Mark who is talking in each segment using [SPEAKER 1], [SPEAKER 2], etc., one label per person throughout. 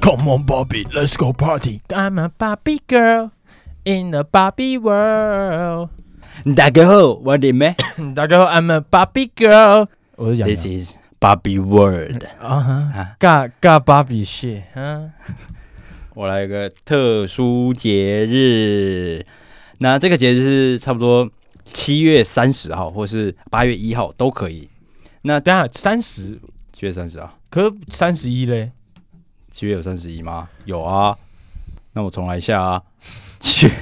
[SPEAKER 1] Come on, Bobby, let's go party. I'm a Barbie girl in a Barbie world.
[SPEAKER 2] 大家好，我的妹
[SPEAKER 1] 大家好，I'm a Barbie girl。我是讲
[SPEAKER 2] ，This is Bobby World。
[SPEAKER 1] 啊哈
[SPEAKER 2] 啊，
[SPEAKER 1] 尬尬芭比蟹啊，
[SPEAKER 2] 我来个特殊节日，那这个节日是差不多七月三十号或是八月一号都可以。
[SPEAKER 1] 等一下三十，
[SPEAKER 2] 七月三十啊，
[SPEAKER 1] 可是三十一嘞，
[SPEAKER 2] 七月有三十一吗？有啊，那我重来一下啊，七月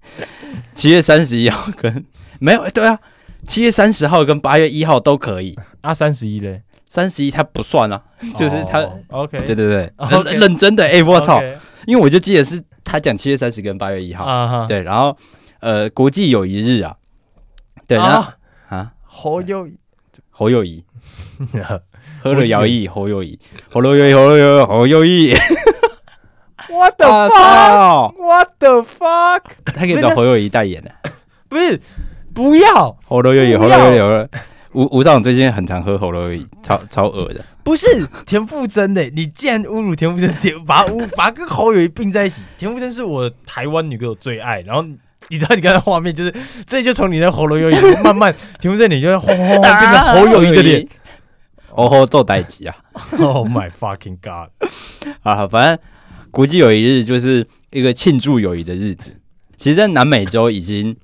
[SPEAKER 2] 七月三十一号跟没有对啊，七月三十号跟八月一号都可以。
[SPEAKER 1] 啊三十一嘞，
[SPEAKER 2] 三十一它不算啊， 就是它。
[SPEAKER 1] 哦 OK，
[SPEAKER 2] 对对对，
[SPEAKER 1] 哦
[SPEAKER 2] 认
[SPEAKER 1] OK
[SPEAKER 2] 认真的，哎、我操
[SPEAKER 1] OK
[SPEAKER 2] 因为我就记得是他讲七月三十跟八月一号，
[SPEAKER 1] 啊哈，
[SPEAKER 2] 对，然后呃，国际友谊日啊，对，然后
[SPEAKER 1] 啊，
[SPEAKER 2] 啊，
[SPEAKER 1] 好有，
[SPEAKER 2] 侯友谊，喝了摇曳，侯友谊，侯友谊，侯友谊，侯友谊，
[SPEAKER 1] 我的
[SPEAKER 2] 我
[SPEAKER 1] fuck，
[SPEAKER 2] 操，
[SPEAKER 1] 我的 fuck，
[SPEAKER 2] 他可以找侯友谊代言的，
[SPEAKER 1] 不是，不要，
[SPEAKER 2] 侯友谊，
[SPEAKER 1] 不
[SPEAKER 2] 侯
[SPEAKER 1] 要
[SPEAKER 2] 友谊，侯友谊吴吴少勇最近很常喝侯友谊，超超恶的，
[SPEAKER 1] 不是田馥甄的，你竟然侮辱田馥甄，田把她侮 把她跟侯友谊并在一起。田馥甄是我台湾女歌手最爱，然后你知道你刚才画面就是，这就从你的喉咙有点慢慢，田馥甄脸就会轰轰轰变成侯友谊的 脸。，
[SPEAKER 2] 哦吼做代级啊，
[SPEAKER 1] Oh my fucking god！
[SPEAKER 2] 啊，反正国际友谊日就是一个庆祝友谊的日子。其实，在南美洲已经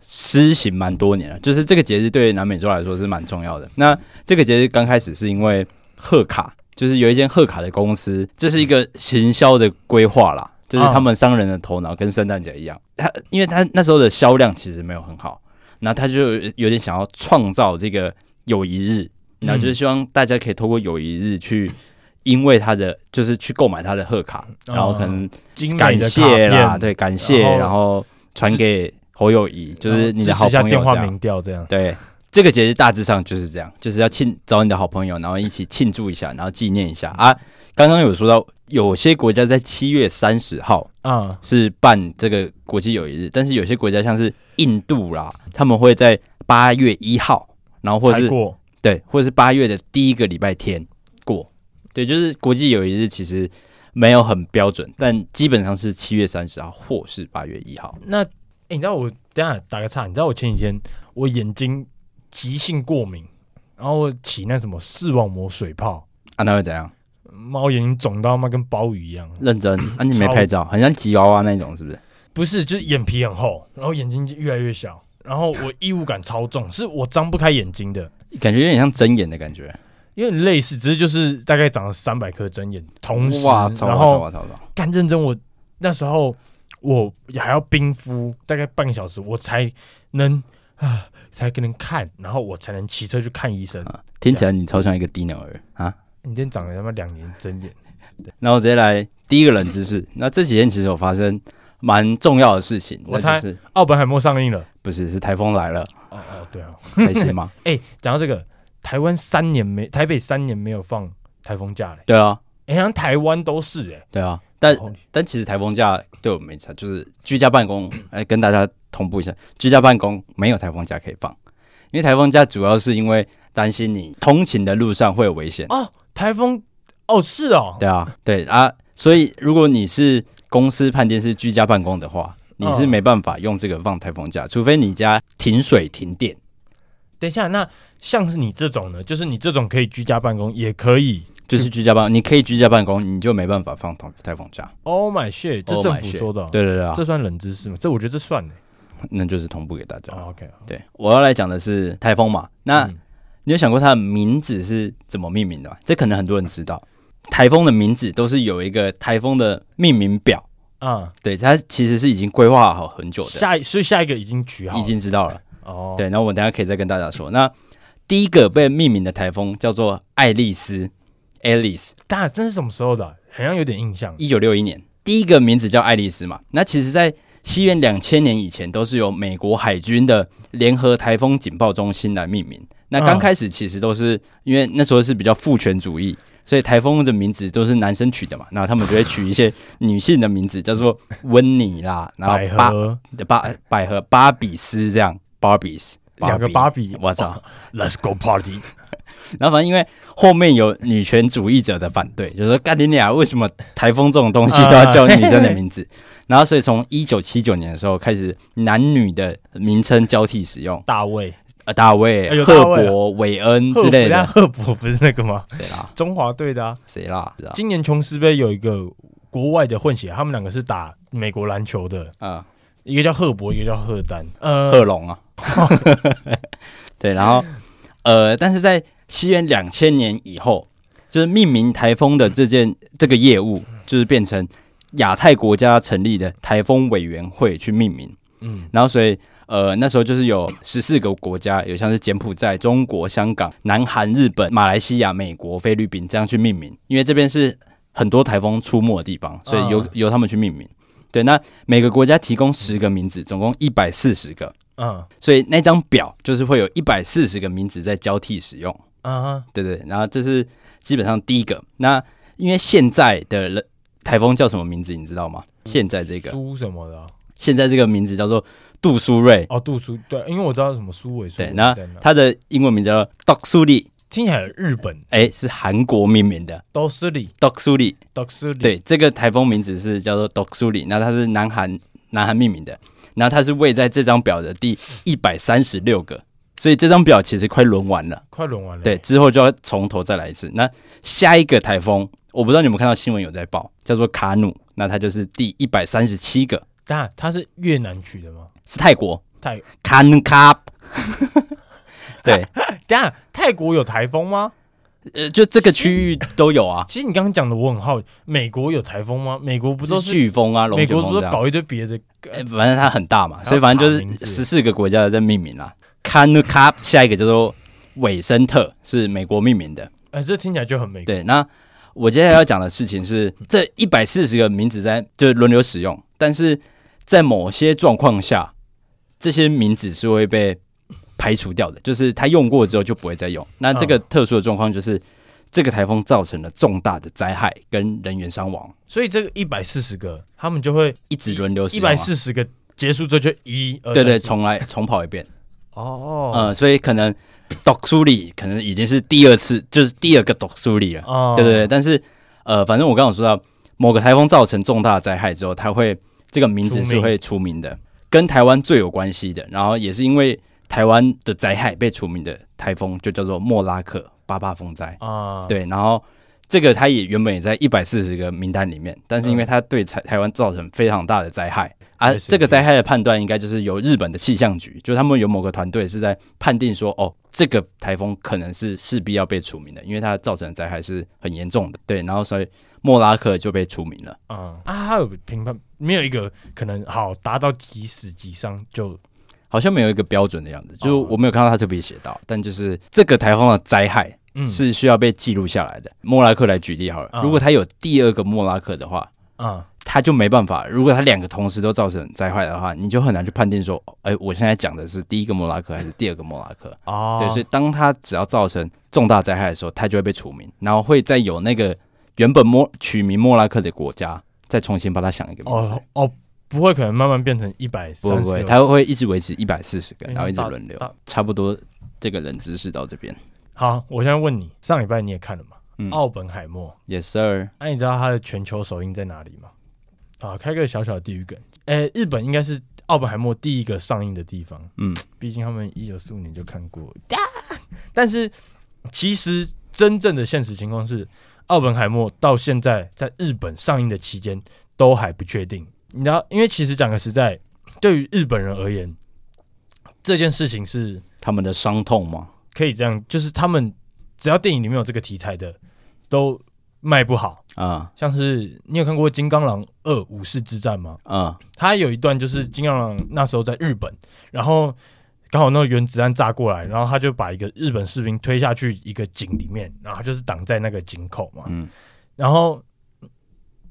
[SPEAKER 2] 施行蛮多年了，就是这个节日对南美洲来说是蛮重要的。那这个节日刚开始是因为贺卡，就是有一间贺卡的公司，这是一个行销的规划啦，就是他们商人的头脑跟圣诞节一样。他因为他那时候的销量其实没有很好，那他就有点想要创造这个友谊日，
[SPEAKER 1] 嗯
[SPEAKER 2] 那就是希望大家可以透过友谊日去。因为他的就是去购买他的贺卡，
[SPEAKER 1] 哦
[SPEAKER 2] 然后可能
[SPEAKER 1] 精美
[SPEAKER 2] 感
[SPEAKER 1] 的
[SPEAKER 2] 谢啦，
[SPEAKER 1] 卡片，
[SPEAKER 2] 对，感谢，
[SPEAKER 1] 然后
[SPEAKER 2] 然后传给侯友谊，就是你的
[SPEAKER 1] 然后
[SPEAKER 2] 好
[SPEAKER 1] 支持一下
[SPEAKER 2] 朋友
[SPEAKER 1] 电话
[SPEAKER 2] 这样。
[SPEAKER 1] 民调这样。
[SPEAKER 2] 对，这个节日大致上就是这样，就是要庆找你的好朋友，然后一起庆祝一下，然后纪念一下啊。刚刚有说到，有些国家在七月三十号
[SPEAKER 1] 啊
[SPEAKER 2] 是办这个国际友谊日，但是有些国家像是印度啦，他们会在八月一号，然后或
[SPEAKER 1] 才
[SPEAKER 2] 是
[SPEAKER 1] 过
[SPEAKER 2] 对，或者是八月的第一个礼拜天过。对，就是国际友谊日其实没有很标准，但基本上是七月三十号或是八月一号。
[SPEAKER 1] 那、诶欸你知道我等一下打个岔，你知道我前几天我眼睛急性过敏，然后我起那什么视网膜水泡。
[SPEAKER 2] 啊，那会怎样？
[SPEAKER 1] 猫眼睛肿到妈跟鲍鱼一样，
[SPEAKER 2] 认 真啊，你没
[SPEAKER 1] 超
[SPEAKER 2] 拍照，很像吉娃娃那种，是不是？
[SPEAKER 1] 不是，就是眼皮很厚，然后眼睛就越来越小，然后我异物感超重，是我张不开眼睛的，
[SPEAKER 2] 感觉有点像睁眼的感觉。
[SPEAKER 1] 有点类似，只是就是大概长了三百颗针眼，同时，
[SPEAKER 2] 哇，操
[SPEAKER 1] 然
[SPEAKER 2] 哇操
[SPEAKER 1] 后
[SPEAKER 2] 哇操哇操！
[SPEAKER 1] 干认真，我那时候我还要冰敷大概半个小时，我才能啊才能看，然后我才能骑车去看医生。
[SPEAKER 2] 啊，听起来你超像一个低能儿啊！
[SPEAKER 1] 你今天长了他妈两年针眼，
[SPEAKER 2] 那我直接来第一个冷知识。那这几天其实有发生蛮重要的事情，
[SPEAKER 1] 我
[SPEAKER 2] 那
[SPEAKER 1] 猜
[SPEAKER 2] 就是
[SPEAKER 1] 奥本海默上映了。
[SPEAKER 2] 不是是台风来了，
[SPEAKER 1] 哦哦，对啊，
[SPEAKER 2] 开 心吗？
[SPEAKER 1] 哎、讲到这个，台湾三年没台北三年没有放台风假嘞。
[SPEAKER 2] 对啊，
[SPEAKER 1] 哎、好像台湾都是哎、
[SPEAKER 2] 对啊，但
[SPEAKER 1] 哦
[SPEAKER 2] 但其实台风假对我们没差，就是居家办公， 哎，跟大家同步一下，居家办公没有台风假可以放，因为台风假主要是因为担心你通勤的路上会有危险。
[SPEAKER 1] 哦，台风哦是哦，
[SPEAKER 2] 对啊，对啊，所以如果你是公司判定是居家办公的话，你是
[SPEAKER 1] 嗯
[SPEAKER 2] 没办法用这个放台风假，除非你家停水停电。
[SPEAKER 1] 等一下，那像是你这种呢，就是你这种可以居家办公，也可以。
[SPEAKER 2] 就是居家办，你可以居家办公，你就没办法放台台风假。
[SPEAKER 1] Oh my shit，这
[SPEAKER 2] Oh
[SPEAKER 1] 政
[SPEAKER 2] my
[SPEAKER 1] 府
[SPEAKER 2] shit
[SPEAKER 1] 说的哦、
[SPEAKER 2] 对对对啊，
[SPEAKER 1] 这算冷知识吗？这我觉得这算的、
[SPEAKER 2] 那就是同步给大家。
[SPEAKER 1] 哦 OK，
[SPEAKER 2] 对，啊我要来讲的是台风嘛。那、
[SPEAKER 1] 嗯
[SPEAKER 2] 你有想过它的名字是怎么命名的吗？这可能很多人知道，台风的名字都是有一个台风的命名表，
[SPEAKER 1] 啊、
[SPEAKER 2] 对，它其实是已经规划好很久的，
[SPEAKER 1] 下一所以下一个已经取好了，
[SPEAKER 2] 已经知道了。
[SPEAKER 1] 哦，
[SPEAKER 2] 对，那我等一下可以再跟大家说。那第一个被命名的台风叫做爱丽丝 （Alice），
[SPEAKER 1] 大那是什么时候的啊、好像有点印象。
[SPEAKER 2] 一九六一年，第一个名字叫爱丽丝嘛。那其实，在西元两千年以前，都是由美国海军的联合台风警报中心来命名。那刚开始其实都是因为那时候是比较父权主义，所以台风的名字都是男生取的嘛。那他们就会取一些女性的名字， 叫做温妮啦，然
[SPEAKER 1] 百
[SPEAKER 2] 后巴
[SPEAKER 1] 合
[SPEAKER 2] 巴百合、芭比斯这样，Barbies，
[SPEAKER 1] 两个
[SPEAKER 2] 芭
[SPEAKER 1] 芭
[SPEAKER 2] 比
[SPEAKER 1] 比
[SPEAKER 2] 我操，
[SPEAKER 1] ，Let's go party，
[SPEAKER 2] 然后反正因为后面有女权主义者的反对，就说干你俩为什么台风这种东西都要
[SPEAKER 1] 啊
[SPEAKER 2] 叫女生的 名字？然后所以从一九七九年的时候开始，男女的名称交替使用，
[SPEAKER 1] 大卫
[SPEAKER 2] 呃，大卫
[SPEAKER 1] 哎、有
[SPEAKER 2] 赫
[SPEAKER 1] 大卫啊
[SPEAKER 2] 伯、韦恩
[SPEAKER 1] 赫
[SPEAKER 2] 之类
[SPEAKER 1] 伯但
[SPEAKER 2] 的，
[SPEAKER 1] 赫伯不是那个吗？
[SPEAKER 2] 谁啦？
[SPEAKER 1] 中华队的啊，
[SPEAKER 2] 谁啦？是啊，
[SPEAKER 1] 今年琼斯杯有一个国外的混血，他们两个是打美国篮球的，
[SPEAKER 2] 啊，
[SPEAKER 1] 一个叫赫伯，一个叫赫丹。呃，
[SPEAKER 2] 贺龙啊， 对，然后呃，但是在西元两千年以后，就是命名台风的这件这个业务，就是变成亚太国家成立的台风委员会去命名，
[SPEAKER 1] 嗯，
[SPEAKER 2] 然后所以。呃，那时候就是有十四个国家，有像是柬埔寨、中国、香港、南韩、日本、马来西亚、美国、菲律宾这样去命名，因为这边是很多台风出没的地方，所以由、
[SPEAKER 1] 嗯
[SPEAKER 2] 由他们去命名。对，那每个国家提供十个名字，总共一百四十个。
[SPEAKER 1] 嗯
[SPEAKER 2] 所以那张表就是会有一百四十个名字在交替使用，
[SPEAKER 1] 啊，
[SPEAKER 2] 对对。然后这是基本上第一个。那因为现在的人台风叫什么名字，你知道吗？现在这个
[SPEAKER 1] 苏什么的啊
[SPEAKER 2] 现在这个名字叫做杜苏芮，
[SPEAKER 1] 哦，杜苏对，因为我知道什么苏伟苏嗯
[SPEAKER 2] 对，
[SPEAKER 1] 伟
[SPEAKER 2] 那
[SPEAKER 1] 在哪
[SPEAKER 2] 它的英文名叫 Dok s u l i
[SPEAKER 1] 听起来日本
[SPEAKER 2] 哎，是韩国命名的
[SPEAKER 1] 都是里
[SPEAKER 2] Dok s u l i
[SPEAKER 1] 都是里，
[SPEAKER 2] 对，这个台风名字是叫做 Dok s u l i 那它是南韩南韩命名的，然后它是位在这张表的第一百三十六个，所以这张表其实快轮完了。
[SPEAKER 1] 快轮完了。
[SPEAKER 2] 对，，之后就要从头再来一次。那下一个台风，我不知道你们看到新闻有在报，叫做卡努，那它就是第一百三十七个，
[SPEAKER 1] 但它是越南取的吗？
[SPEAKER 2] 是泰国
[SPEAKER 1] 泰，
[SPEAKER 2] 卡努卡。 对，
[SPEAKER 1] 等一下泰国有台风吗？
[SPEAKER 2] 呃，就这个区域都有啊，
[SPEAKER 1] 其实你刚刚讲的我很好奇，美国有台风吗？美国不都
[SPEAKER 2] 是飓风啊，龙
[SPEAKER 1] 美
[SPEAKER 2] 卷
[SPEAKER 1] 国
[SPEAKER 2] 风
[SPEAKER 1] 不
[SPEAKER 2] 这
[SPEAKER 1] 都
[SPEAKER 2] 样。
[SPEAKER 1] 搞一堆别的？
[SPEAKER 2] 呃反正它很大嘛，
[SPEAKER 1] 后
[SPEAKER 2] 所以反正
[SPEAKER 1] 卡
[SPEAKER 2] 就
[SPEAKER 1] 名
[SPEAKER 2] 是
[SPEAKER 1] 字
[SPEAKER 2] 十四个国家在命名啦。卡努卡，下一个叫做韦森特，是美国命名的。
[SPEAKER 1] 哎，这听起来就很美国。
[SPEAKER 2] 对，那我接下来要讲的事情是，这一百四十个名字在就是轮流使用，但是在某些状况下，这些名字是会被排除掉的，就是他用过之后就不会再用。那这个
[SPEAKER 1] 嗯
[SPEAKER 2] 特殊的状况就是，这个台风造成了重大的灾害跟人员伤亡，
[SPEAKER 1] 所以这个一百四十个，他们就会
[SPEAKER 2] 一直轮流使
[SPEAKER 1] 一
[SPEAKER 2] 用啊、
[SPEAKER 1] 百四十个结束之后就一二
[SPEAKER 2] 对对，
[SPEAKER 1] 三四
[SPEAKER 2] 重来重跑一遍。
[SPEAKER 1] 哦
[SPEAKER 2] 呃，所以可能 d o 苏里可能已经是第二次，就是第二个 d o 苏里了。
[SPEAKER 1] 哦
[SPEAKER 2] 嗯对对对，但是呃，反正我刚刚有说到，某个台风造成重大灾害之后，它会这个名字
[SPEAKER 1] 除
[SPEAKER 2] 是
[SPEAKER 1] 名
[SPEAKER 2] 会除名的，跟台湾最有关系的，然后也是因为台湾的灾害被除名的台风就叫做莫拉克八八风灾。
[SPEAKER 1] 啊，
[SPEAKER 2] 对，然后这个它也原本也在一百四十个名单里面，但是因为
[SPEAKER 1] 嗯
[SPEAKER 2] 它对台台湾造成非常大的灾害。啊，
[SPEAKER 1] 确实
[SPEAKER 2] 这个灾害的判断应该就是由日本的气象局，就他们有某个团队是在判定说，哦，这个台风可能是势必要被除名的，因为它造成的灾害是很严重的。对，然后所以莫拉克就被除名了。
[SPEAKER 1] 啊啊，他有评判没有一个可能好达到几死几伤就
[SPEAKER 2] 好像没有一个标准的样子，
[SPEAKER 1] 哦
[SPEAKER 2] 就是我没有看到他特别写到，但就是这个台风的灾害
[SPEAKER 1] 嗯
[SPEAKER 2] 是需要被记录下来的。莫拉克来举例好了，
[SPEAKER 1] 啊
[SPEAKER 2] 如果他有第二个莫拉克的话，
[SPEAKER 1] 啊
[SPEAKER 2] 他就没办法。如果他两个同时都造成灾害的话，你就很难去判定说，哎、我现在讲的是第一个莫拉克还是第二个莫拉克。
[SPEAKER 1] 哦
[SPEAKER 2] 对，所以当他只要造成重大灾害的时候，他就会被除名，然后会再有那个原本莫取名莫拉克的国家再重新帮他想一个名字。
[SPEAKER 1] 哦哦不会可能慢慢变成一百
[SPEAKER 2] 不会
[SPEAKER 1] 三
[SPEAKER 2] 不
[SPEAKER 1] 十
[SPEAKER 2] 会，他会一直维持一百四十个，
[SPEAKER 1] 嗯
[SPEAKER 2] 然后一直轮流
[SPEAKER 1] 大大，
[SPEAKER 2] 差不多。这个冷知识到这边
[SPEAKER 1] 好，我现在问你，上礼拜你也看了嘛？
[SPEAKER 2] 嗯
[SPEAKER 1] 奥本海默，
[SPEAKER 2] ，Yes sir，
[SPEAKER 1] 哎、你知道它的全球首映在哪里吗？啊，开个小小的地狱梗，哎、日本应该是奥本海默第一个上映的地方，
[SPEAKER 2] 嗯，
[SPEAKER 1] 毕竟他们一九四五年就看过。啊但是其实真正的现实情况是，奥本海默到现在在日本上映的期间都还不确定。你知道，因为其实讲个实在，对于日本人而言，这件事情是
[SPEAKER 2] 他们的伤痛吗？
[SPEAKER 1] 可以这样，就是他们只要电影里面有这个题材的，都卖不好。
[SPEAKER 2] 啊
[SPEAKER 1] 像是你有看过《金刚狼二：武士之战》吗？
[SPEAKER 2] 啊
[SPEAKER 1] 它有一段
[SPEAKER 2] 嗯
[SPEAKER 1] 就是金刚狼那时候在日本，然后刚好那个原子弹炸过来，然后他就把一个日本士兵推下去一个井里面，然后他就是挡在那个井口嘛。
[SPEAKER 2] 嗯
[SPEAKER 1] 然后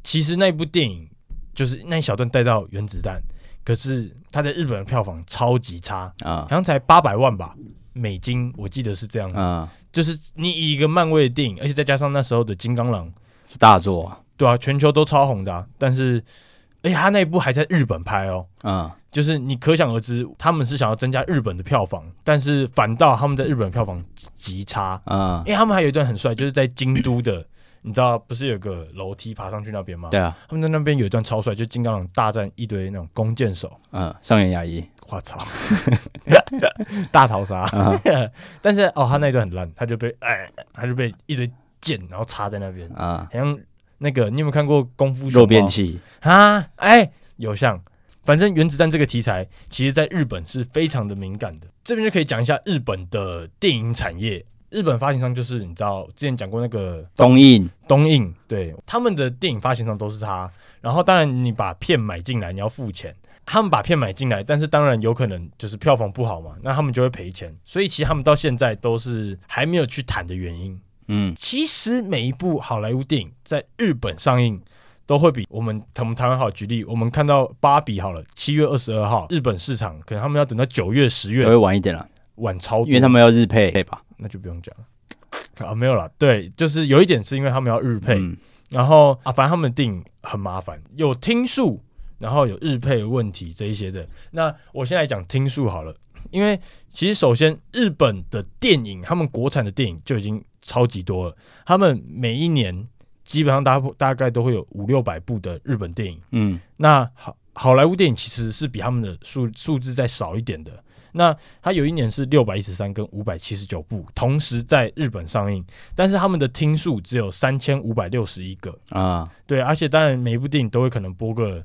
[SPEAKER 1] 其实那部电影就是那一小段带到原子弹，可是它在日本的票房超级差，
[SPEAKER 2] 啊
[SPEAKER 1] 好像才八百万吧美金，我记得是这样子。
[SPEAKER 2] 啊，
[SPEAKER 1] 就是你以一个漫威的电影，而且再加上那时候的金刚狼，
[SPEAKER 2] 是大作啊，
[SPEAKER 1] 对啊，全球都超红的、啊，但是而且他那一部还在日本拍哦，
[SPEAKER 2] 嗯，
[SPEAKER 1] 就是你可想而知，他们是想要增加日本的票房，但是反倒他们在日本票房极差，
[SPEAKER 2] 嗯，
[SPEAKER 1] 因为他们还有一段很帅，就是在京都的，你知道不是有个楼梯爬上去那边吗？
[SPEAKER 2] 对啊，
[SPEAKER 1] 他们在那边有一段超帅，就金刚狼大战一堆那种弓箭手，
[SPEAKER 2] 嗯，上原雅一，
[SPEAKER 1] 我 操，大逃杀。
[SPEAKER 2] 啊
[SPEAKER 1] 但是哦，他那一段很烂，他就被哎，他就被一堆箭然后插在那边，
[SPEAKER 2] 啊，
[SPEAKER 1] 好像那个你有没有看过《功夫熊
[SPEAKER 2] 肉
[SPEAKER 1] 猫
[SPEAKER 2] 便器，
[SPEAKER 1] 啊，哎，有像。反正原子弹这个题材，其实在日本是非常的敏感的。这边就可以讲一下日本的电影产业。日本发行商就是你知道之前讲过那个
[SPEAKER 2] 东印，
[SPEAKER 1] 东映，对他们的电影发行商都是他。然后当然你把片买进来，你要付钱。他们把片买进来，但是当然有可能就是票房不好嘛，那他们就会赔钱。所以其实他们到现在都是还没有去谈的原因。
[SPEAKER 2] 嗯，
[SPEAKER 1] 其实每一部好莱坞电影在日本上映，都会比我们我们台湾好举例，我们看到芭比好了，七月二十二号日本市场，可能他们要等到九月、十
[SPEAKER 2] 都
[SPEAKER 1] 月
[SPEAKER 2] 会晚一点了，
[SPEAKER 1] 晚超多，
[SPEAKER 2] 因为他们要日配配吧，
[SPEAKER 1] 那就不用讲了啊，没有啦，对，就是有一点是因为他们要日配，
[SPEAKER 2] 嗯
[SPEAKER 1] 然后啊，反正他们的电影很麻烦，有听数，然后有日配问题这一些的。那我先来讲听数好了，因为其实首先日本的电影，他们国产的电影就已经超级多了，他们每一年基本上大大概都会有五六百部的日本电影。
[SPEAKER 2] 嗯，
[SPEAKER 1] 那好好莱坞电影其实是比他们的数数字再少一点的。那它有一年是六百一十三跟五百七十九部同时在日本上映，但是他们的听数只有三千五百六十一个。
[SPEAKER 2] 啊，
[SPEAKER 1] 对，而且当然每一部电影都会可能播个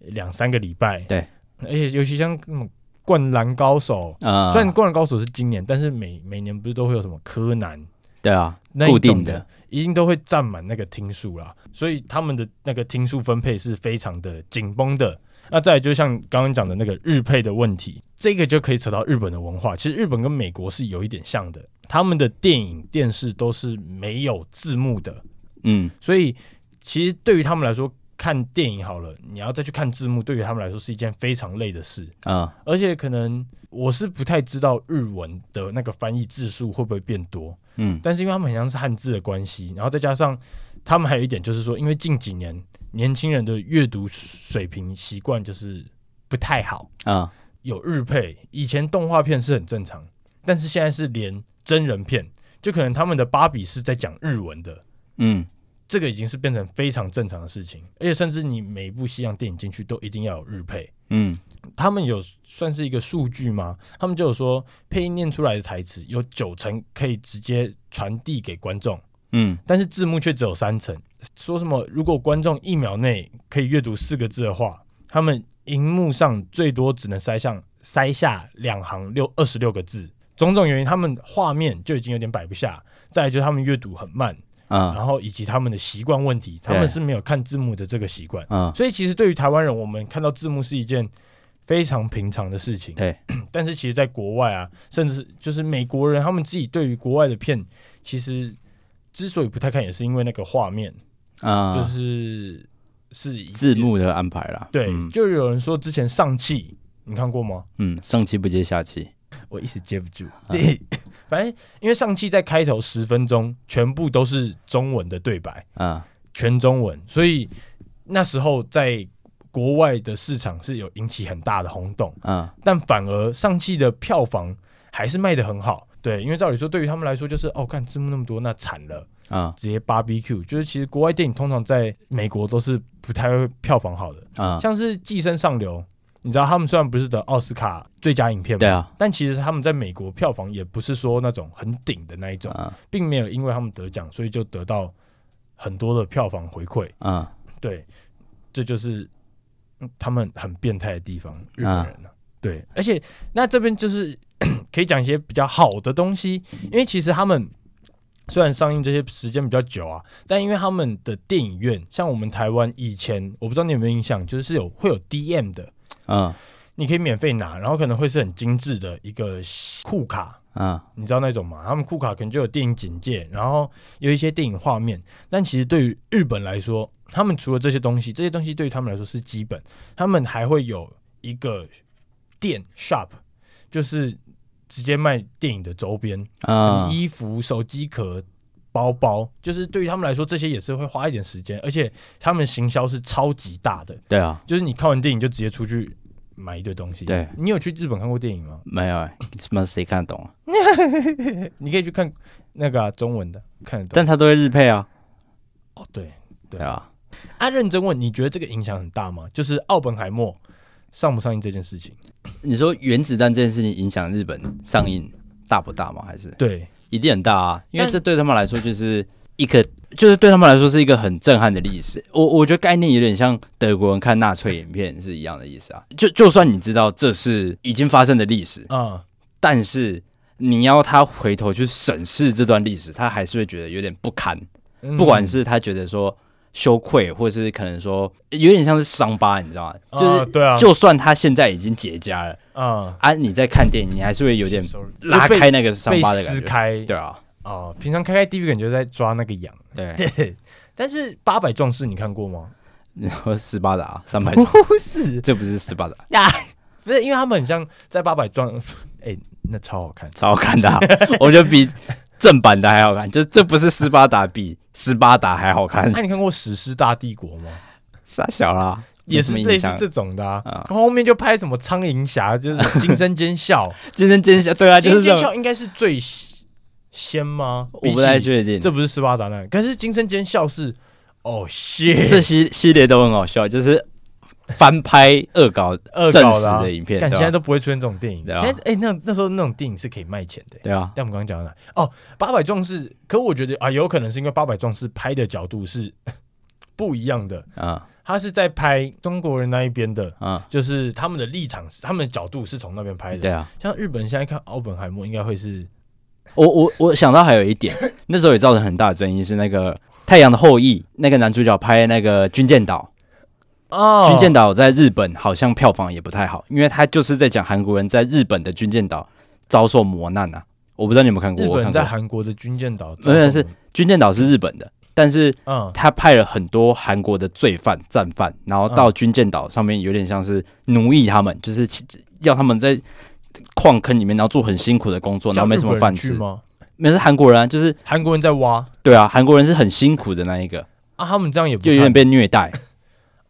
[SPEAKER 1] 两三个礼拜。
[SPEAKER 2] 对，
[SPEAKER 1] 而且尤其像那种《灌篮高手》
[SPEAKER 2] 啊，
[SPEAKER 1] 虽然《灌篮高手》是今年，但是每每年不是都会有什么柯南
[SPEAKER 2] 对啊，
[SPEAKER 1] 那一
[SPEAKER 2] 固
[SPEAKER 1] 种
[SPEAKER 2] 定
[SPEAKER 1] 的
[SPEAKER 2] 的，，
[SPEAKER 1] 一定都会占满那个听数啦。所以他们的那个听数分配是非常的紧绷的。那再来就像刚刚讲的那个日配的问题，这个就可以扯到日本的文化。其实日本跟美国是有一点像的，他们的电影、电视都是没有字幕的。
[SPEAKER 2] 嗯，
[SPEAKER 1] 所以其实对于他们来说，看电影好了，你要再去看字幕，对于他们来说是一件非常累的事。
[SPEAKER 2] 啊，
[SPEAKER 1] 而且可能我是不太知道日文的那个翻译字数会不会变多，
[SPEAKER 2] 嗯，
[SPEAKER 1] 但是因为他们很像是汉字的关系，然后再加上他们还有一点就是说，因为近几年年轻人的阅读水平习惯就是不太好，
[SPEAKER 2] 啊，
[SPEAKER 1] 有日配，以前动画片是很正常，但是现在是连真人片，就可能他们的芭比是在讲日文的，
[SPEAKER 2] 嗯，
[SPEAKER 1] 这个已经是变成非常正常的事情，而且甚至你每一部西洋电影进去都一定要有日配。
[SPEAKER 2] 嗯，
[SPEAKER 1] 他们有算是一个数据吗？他们就有说，配音念出来的台词有九成可以直接传递给观众，
[SPEAKER 2] 嗯，
[SPEAKER 1] 但是字幕却只有三成。说什么如果观众一秒内可以阅读四个字的话，他们荧幕上最多只能塞上塞下两行六二十六个字。种种原因，他们画面就已经有点摆不下，再来就是他们阅读很慢，
[SPEAKER 2] 啊，
[SPEAKER 1] 然后以及他们的习惯问题，他
[SPEAKER 2] 对
[SPEAKER 1] 们是没有看字幕的这个习惯，
[SPEAKER 2] 啊，
[SPEAKER 1] 所以其实对于台湾人，我们看到字幕是一件非常平常的事情。
[SPEAKER 2] 对，
[SPEAKER 1] 但是其实，在国外啊，甚至就是美国人，他们自己对于国外的片，其实之所以不太看，也是因为那个画面，
[SPEAKER 2] 啊，
[SPEAKER 1] 就是是一件
[SPEAKER 2] 字。幕的安排啦，
[SPEAKER 1] 对，
[SPEAKER 2] 嗯
[SPEAKER 1] 就有人说之前上汽，你看过吗？
[SPEAKER 2] 嗯，上气不接下气，
[SPEAKER 1] 我一时接不住。 对，反正因为上汽在开头十分钟全部都是中文的对白。
[SPEAKER 2] 啊，
[SPEAKER 1] 全中文，所以那时候在国外的市场是有引起很大的轰动，
[SPEAKER 2] 啊，
[SPEAKER 1] 但反而上汽的票房还是卖得很好。对，因为照理说，对于他们来说，就是哦，看字幕那么多，那惨了，
[SPEAKER 2] 啊，
[SPEAKER 1] 直接 barbecue。就是其实国外电影通常在美国都是不太会票房好的，
[SPEAKER 2] 啊，
[SPEAKER 1] 像是《寄生上流》，你知道他们虽然不是得奥斯卡最佳影片
[SPEAKER 2] 对
[SPEAKER 1] 嘛，
[SPEAKER 2] 啊，
[SPEAKER 1] 但其实他们在美国票房也不是说那种很顶的那一种，
[SPEAKER 2] 啊，
[SPEAKER 1] 并没有因为他们得奖，所以就得到很多的票房回馈。
[SPEAKER 2] 啊，
[SPEAKER 1] 对，这就是嗯他们很变态的地方，日本人呢、啊对，而且那这边就是 可以讲一些比较好的东西，因为其实他们虽然上映这些时间比较久啊，但因为他们的电影院，像我们台湾以前，我不知道你有没有印象，就是有会有 DM 的，
[SPEAKER 2] 啊，
[SPEAKER 1] 你可以免费拿，然后可能会是很精致的一个酷卡，
[SPEAKER 2] 啊，
[SPEAKER 1] 你知道那种吗？他们库卡可能就有电影简介，然后有一些电影画面。但其实对于日本来说，他们除了这些东西，这些东西对于他们来说是基本，他们还会有一个店 shop，就是直接卖电影的周边，
[SPEAKER 2] 啊，
[SPEAKER 1] 衣服、手机壳、包包，就是对于他们来说，这些也是会花一点时间，而且他们行销是超级大的，
[SPEAKER 2] 对啊，
[SPEAKER 1] 就是你看完电影就直接出去买一堆东西。
[SPEAKER 2] 对，
[SPEAKER 1] 你有去日本看过电影吗？
[SPEAKER 2] 没有、 欸，他妈谁看得懂啊？
[SPEAKER 1] 你可以去看那个啊、中文的，看得懂。
[SPEAKER 2] 但他都会日配啊，
[SPEAKER 1] 哦，对，
[SPEAKER 2] 对啊，
[SPEAKER 1] 啊，认真问，你觉得这个影响很大吗？就是奥本海默上不上映这件事情？
[SPEAKER 2] 你说原子弹这件事情影响日本上映大不大吗？还是
[SPEAKER 1] 对，
[SPEAKER 2] 一定很大啊？因为
[SPEAKER 1] 但
[SPEAKER 2] 这对他们来说就是一个，就是对他们来说是一个很震撼的历史。我我觉得概念有点像德国人看纳粹影片是一样的意思啊。就就算你知道这是已经发生的历史，
[SPEAKER 1] 啊、
[SPEAKER 2] 但是你要他回头去审视这段历史，他还是会觉得有点不堪。
[SPEAKER 1] 嗯
[SPEAKER 2] 不管是他觉得说羞愧，或是可能说有点像是伤疤，你知道吗？就
[SPEAKER 1] 啊
[SPEAKER 2] 是
[SPEAKER 1] 对啊，
[SPEAKER 2] 就算他现在已经结痂了
[SPEAKER 1] 啊，
[SPEAKER 2] 啊，你在看电影，你还是会有点
[SPEAKER 1] sorry，
[SPEAKER 2] 拉
[SPEAKER 1] 就被
[SPEAKER 2] 开那个伤
[SPEAKER 1] 被
[SPEAKER 2] 疤的
[SPEAKER 1] 撕
[SPEAKER 2] 感觉。
[SPEAKER 1] 开，
[SPEAKER 2] 对啊，
[SPEAKER 1] 哦，平常开开 DV 感觉在抓那个 痒。
[SPEAKER 2] 对，
[SPEAKER 1] 但是《八百壮士》你看过吗？
[SPEAKER 2] 然后斯巴达啊三百，
[SPEAKER 1] 不 是，
[SPEAKER 2] 这不是斯巴达，
[SPEAKER 1] 啊不是，因为他们很像在《八百壮》，哎，那超好 看。
[SPEAKER 2] 超好看的啊、 我觉得比正版的还好看。就这不是斯巴达，比斯巴达还好看
[SPEAKER 1] 那、，啊你看过《史诗大帝国》吗？
[SPEAKER 2] 傻小啦，
[SPEAKER 1] 也是
[SPEAKER 2] 没什么
[SPEAKER 1] 类
[SPEAKER 2] 印
[SPEAKER 1] 似
[SPEAKER 2] 象
[SPEAKER 1] 这种的啊，
[SPEAKER 2] 啊
[SPEAKER 1] 后面就拍什么《苍蝇侠》，就是《惊声尖笑》
[SPEAKER 2] 今天尖笑，对啊，
[SPEAKER 1] 《惊声
[SPEAKER 2] 就是这
[SPEAKER 1] 尖
[SPEAKER 2] 种
[SPEAKER 1] 笑，》应该是最先吗？
[SPEAKER 2] 我不太
[SPEAKER 1] 比起
[SPEAKER 2] 确定。
[SPEAKER 1] 这不是斯巴达那，可是《惊声尖笑》是 哦谢
[SPEAKER 2] 这系系列都很好笑，就是翻拍恶搞
[SPEAKER 1] 恶
[SPEAKER 2] 证
[SPEAKER 1] 搞
[SPEAKER 2] 实
[SPEAKER 1] 的啊
[SPEAKER 2] 的影片，
[SPEAKER 1] 感
[SPEAKER 2] 对
[SPEAKER 1] 觉
[SPEAKER 2] 吧
[SPEAKER 1] 现在都不会出现这种电影。
[SPEAKER 2] 对啊
[SPEAKER 1] 现在哎、那那时候那种电影是可以卖钱的、
[SPEAKER 2] 对啊，
[SPEAKER 1] 但我们刚刚讲到哪？哦，八百壮士。可我觉得啊，有可能是因为八百壮士拍的角度是 不一样的，
[SPEAKER 2] 啊
[SPEAKER 1] 他是在拍中国人那一边的，
[SPEAKER 2] 啊，
[SPEAKER 1] 就是他们的立场是、他们的角度是从那边拍的。
[SPEAKER 2] 对啊，
[SPEAKER 1] 像日本现在看奥本海默，应该会是
[SPEAKER 2] 我我我想到还有一点，那时候也造成很大的争议是那个《太阳的后裔》，那个男主角拍那个《军舰岛》，
[SPEAKER 1] 哦
[SPEAKER 2] 军舰岛》在日本好像票房也不太好，因为他就是在讲韩国人在日本的军舰岛遭受磨难啊。我不知道你有没有看过，
[SPEAKER 1] 日
[SPEAKER 2] 我
[SPEAKER 1] 本
[SPEAKER 2] 看
[SPEAKER 1] 在
[SPEAKER 2] 过
[SPEAKER 1] 韩国的军舰岛，
[SPEAKER 2] 没有是军舰岛》是日本的，但是
[SPEAKER 1] 嗯
[SPEAKER 2] 他派了很多韩国的罪犯、战犯，然后
[SPEAKER 1] 嗯
[SPEAKER 2] 到军舰岛上面，有点像是奴役他们，就是其要他们在矿坑里面，然后做很辛苦的工作，然后没什么饭
[SPEAKER 1] 叫日
[SPEAKER 2] 吃
[SPEAKER 1] 本人去。吗？
[SPEAKER 2] 没有是韩国人、啊，就是
[SPEAKER 1] 韩国人在挖
[SPEAKER 2] 对啊，韩国人是很辛苦的那一个，
[SPEAKER 1] 啊，他们这样也不
[SPEAKER 2] 就有
[SPEAKER 1] 看
[SPEAKER 2] 点被 虐待。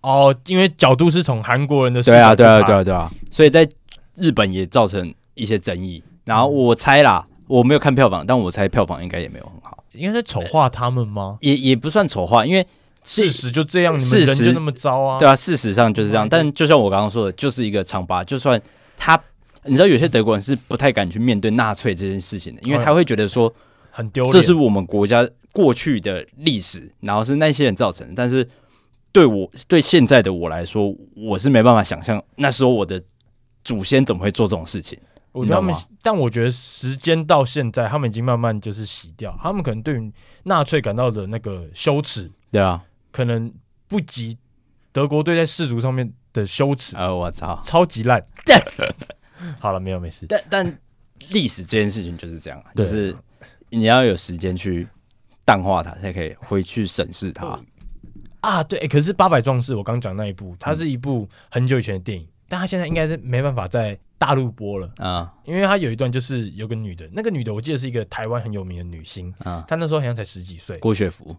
[SPEAKER 1] 哦，因为角度是从韩国人的视
[SPEAKER 2] 对啊，
[SPEAKER 1] 角
[SPEAKER 2] 对啊，
[SPEAKER 1] 去拍
[SPEAKER 2] 对啊，对啊，所以在日本也造成一些争议。然后我猜啦，我没有看票房，但我猜票房应该也没有很好，
[SPEAKER 1] 因为在丑化他们吗？
[SPEAKER 2] 也也不算丑化，因为
[SPEAKER 1] 事实就这样，你们
[SPEAKER 2] 事
[SPEAKER 1] 人
[SPEAKER 2] 实
[SPEAKER 1] 就那么糟啊？
[SPEAKER 2] 对啊，事实上就是这样。
[SPEAKER 1] 对
[SPEAKER 2] 但就像我刚刚说的，就是一个长疤。就算他，你知道有些德国人是不太敢去面对纳粹这件事情的，因为他会觉得说
[SPEAKER 1] 很丢脸。
[SPEAKER 2] 这是我们国家过去的历史，然后是那些人造成的。但是对我对现在的我来说，我是没办法想象那时候我的祖先怎么会做这种事情。
[SPEAKER 1] 我觉得他
[SPEAKER 2] 你
[SPEAKER 1] 们
[SPEAKER 2] 懂，
[SPEAKER 1] 但我觉得时间到现在，他们已经慢慢就是洗掉，他们可能对于纳粹感到的那个羞耻，
[SPEAKER 2] 对啊，
[SPEAKER 1] 可能不及德国队在世足上面的羞耻，
[SPEAKER 2] 呃，我操！
[SPEAKER 1] 超级烂。 好了，没有没事。
[SPEAKER 2] 但但历史这件事情就是这样啊，就
[SPEAKER 1] 对
[SPEAKER 2] 是你要有时间去淡化它，才可以回去审视它。
[SPEAKER 1] 啊，对，欸可是《八百壮士》我刚讲那一部，
[SPEAKER 2] 嗯
[SPEAKER 1] 它是一部很久以前的电影，但它现在应该是没办法在大陆播了，
[SPEAKER 2] 啊
[SPEAKER 1] 因为它有一段就是有个女的，那个女的我记得是一个台湾很有名的女星，
[SPEAKER 2] 啊！
[SPEAKER 1] 她那时候好像才十几岁，
[SPEAKER 2] 郭雪芙，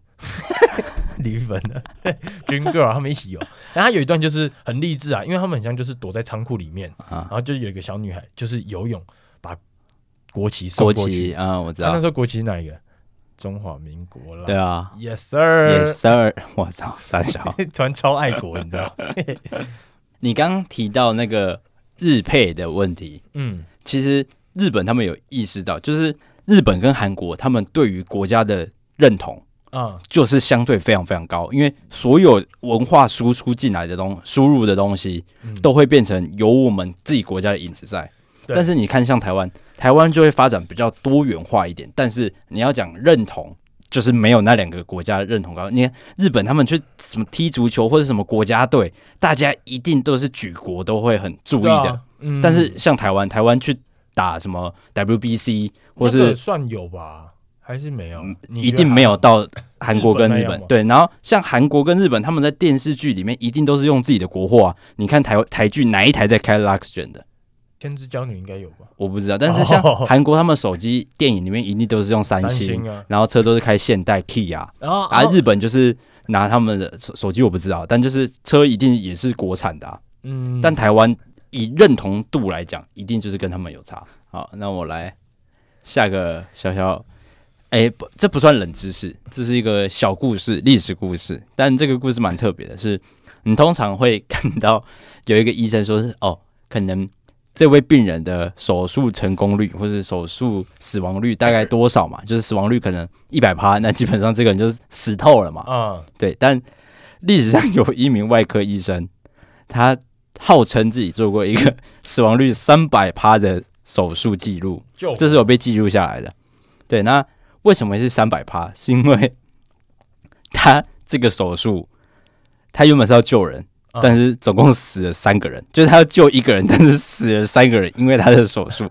[SPEAKER 1] 离婚了， 军 girl 他们一起有，然后她有一段就是很励志啊，因为他们很像就是躲在仓库里面，
[SPEAKER 2] 啊
[SPEAKER 1] 然后就有一个小女孩就是游泳把国旗送
[SPEAKER 2] 国
[SPEAKER 1] 过
[SPEAKER 2] 旗
[SPEAKER 1] 去，
[SPEAKER 2] 啊、我知
[SPEAKER 1] 她那
[SPEAKER 2] 道
[SPEAKER 1] 时，候国旗是哪一个？中华民国啦。
[SPEAKER 2] 对啊
[SPEAKER 1] Yes
[SPEAKER 2] ，Yes
[SPEAKER 1] sir，
[SPEAKER 2] sir，我操，三 小，
[SPEAKER 1] 突然超爱国，你知道？
[SPEAKER 2] 你刚刚提到那个日配的问题，
[SPEAKER 1] 嗯，
[SPEAKER 2] 其实日本他们有意识到，就是日本跟韩国他们对于国家的认同。
[SPEAKER 1] 啊、
[SPEAKER 2] 就是相对非常非常高，因为所有文化输出进来的东输入的东西
[SPEAKER 1] 嗯
[SPEAKER 2] 都会变成有我们自己国家的影子在。
[SPEAKER 1] 对
[SPEAKER 2] 但是你看，像台湾，台湾就会发展比较多元化一点，但是你要讲认同。就是没有那两个国家的认同高，你看日本他们去什么踢足球或者什么国家队，大家一定都是举国都会很注意
[SPEAKER 1] 对啊
[SPEAKER 2] 的。
[SPEAKER 1] 嗯
[SPEAKER 2] 但是像台湾，台湾去打什么 WBC 或
[SPEAKER 1] 那个
[SPEAKER 2] 是嗯
[SPEAKER 1] 算有吧，还是没有？你觉得
[SPEAKER 2] 一定没有到韩国跟
[SPEAKER 1] 日本那
[SPEAKER 2] 日
[SPEAKER 1] 样
[SPEAKER 2] 本
[SPEAKER 1] 吗
[SPEAKER 2] 对，然后像韩国跟日本，他们在电视剧里面一定都是用自己的国货啊。你看台台剧哪一台在开 Luxgen 的？
[SPEAKER 1] 天之娇女应该有吧？
[SPEAKER 2] 我不知道，但是像
[SPEAKER 1] 哦
[SPEAKER 2] 韩国他们手机电影里面一定都是用三
[SPEAKER 1] 三
[SPEAKER 2] 星，
[SPEAKER 1] 星啊哦
[SPEAKER 2] 然后车都是开现代 Key 啊，
[SPEAKER 1] 然后
[SPEAKER 2] 啊，日本就是拿他们的手手机，我不知道，但就是车一定也是国产的、啊，
[SPEAKER 1] 嗯，
[SPEAKER 2] 但台湾以认同度来讲，一定就是跟他们有差。好，那我来下个小小，哎、不，这不算冷知识，这是一个小故事，历史故事。但这个故事蛮特别的是，你通常会看到有一个医生说是哦，可能这位病人的手术成功率或是手术死亡率大概多少嘛？就是死亡率可能一百趴，那基本上这个人就是死透了嘛。
[SPEAKER 1] 啊，
[SPEAKER 2] 对，但历史上有一名外科医生， 他号称自己做过一个死亡率三百趴的手术记录，
[SPEAKER 1] 就
[SPEAKER 2] 这是有被记录下来的。对，那为什么是三百趴？是因为 他这个手术，他原本是要救人，
[SPEAKER 1] 啊
[SPEAKER 2] 但是总共死了三个人，就是他要救一个人，但是死了三个人，因为他的手术。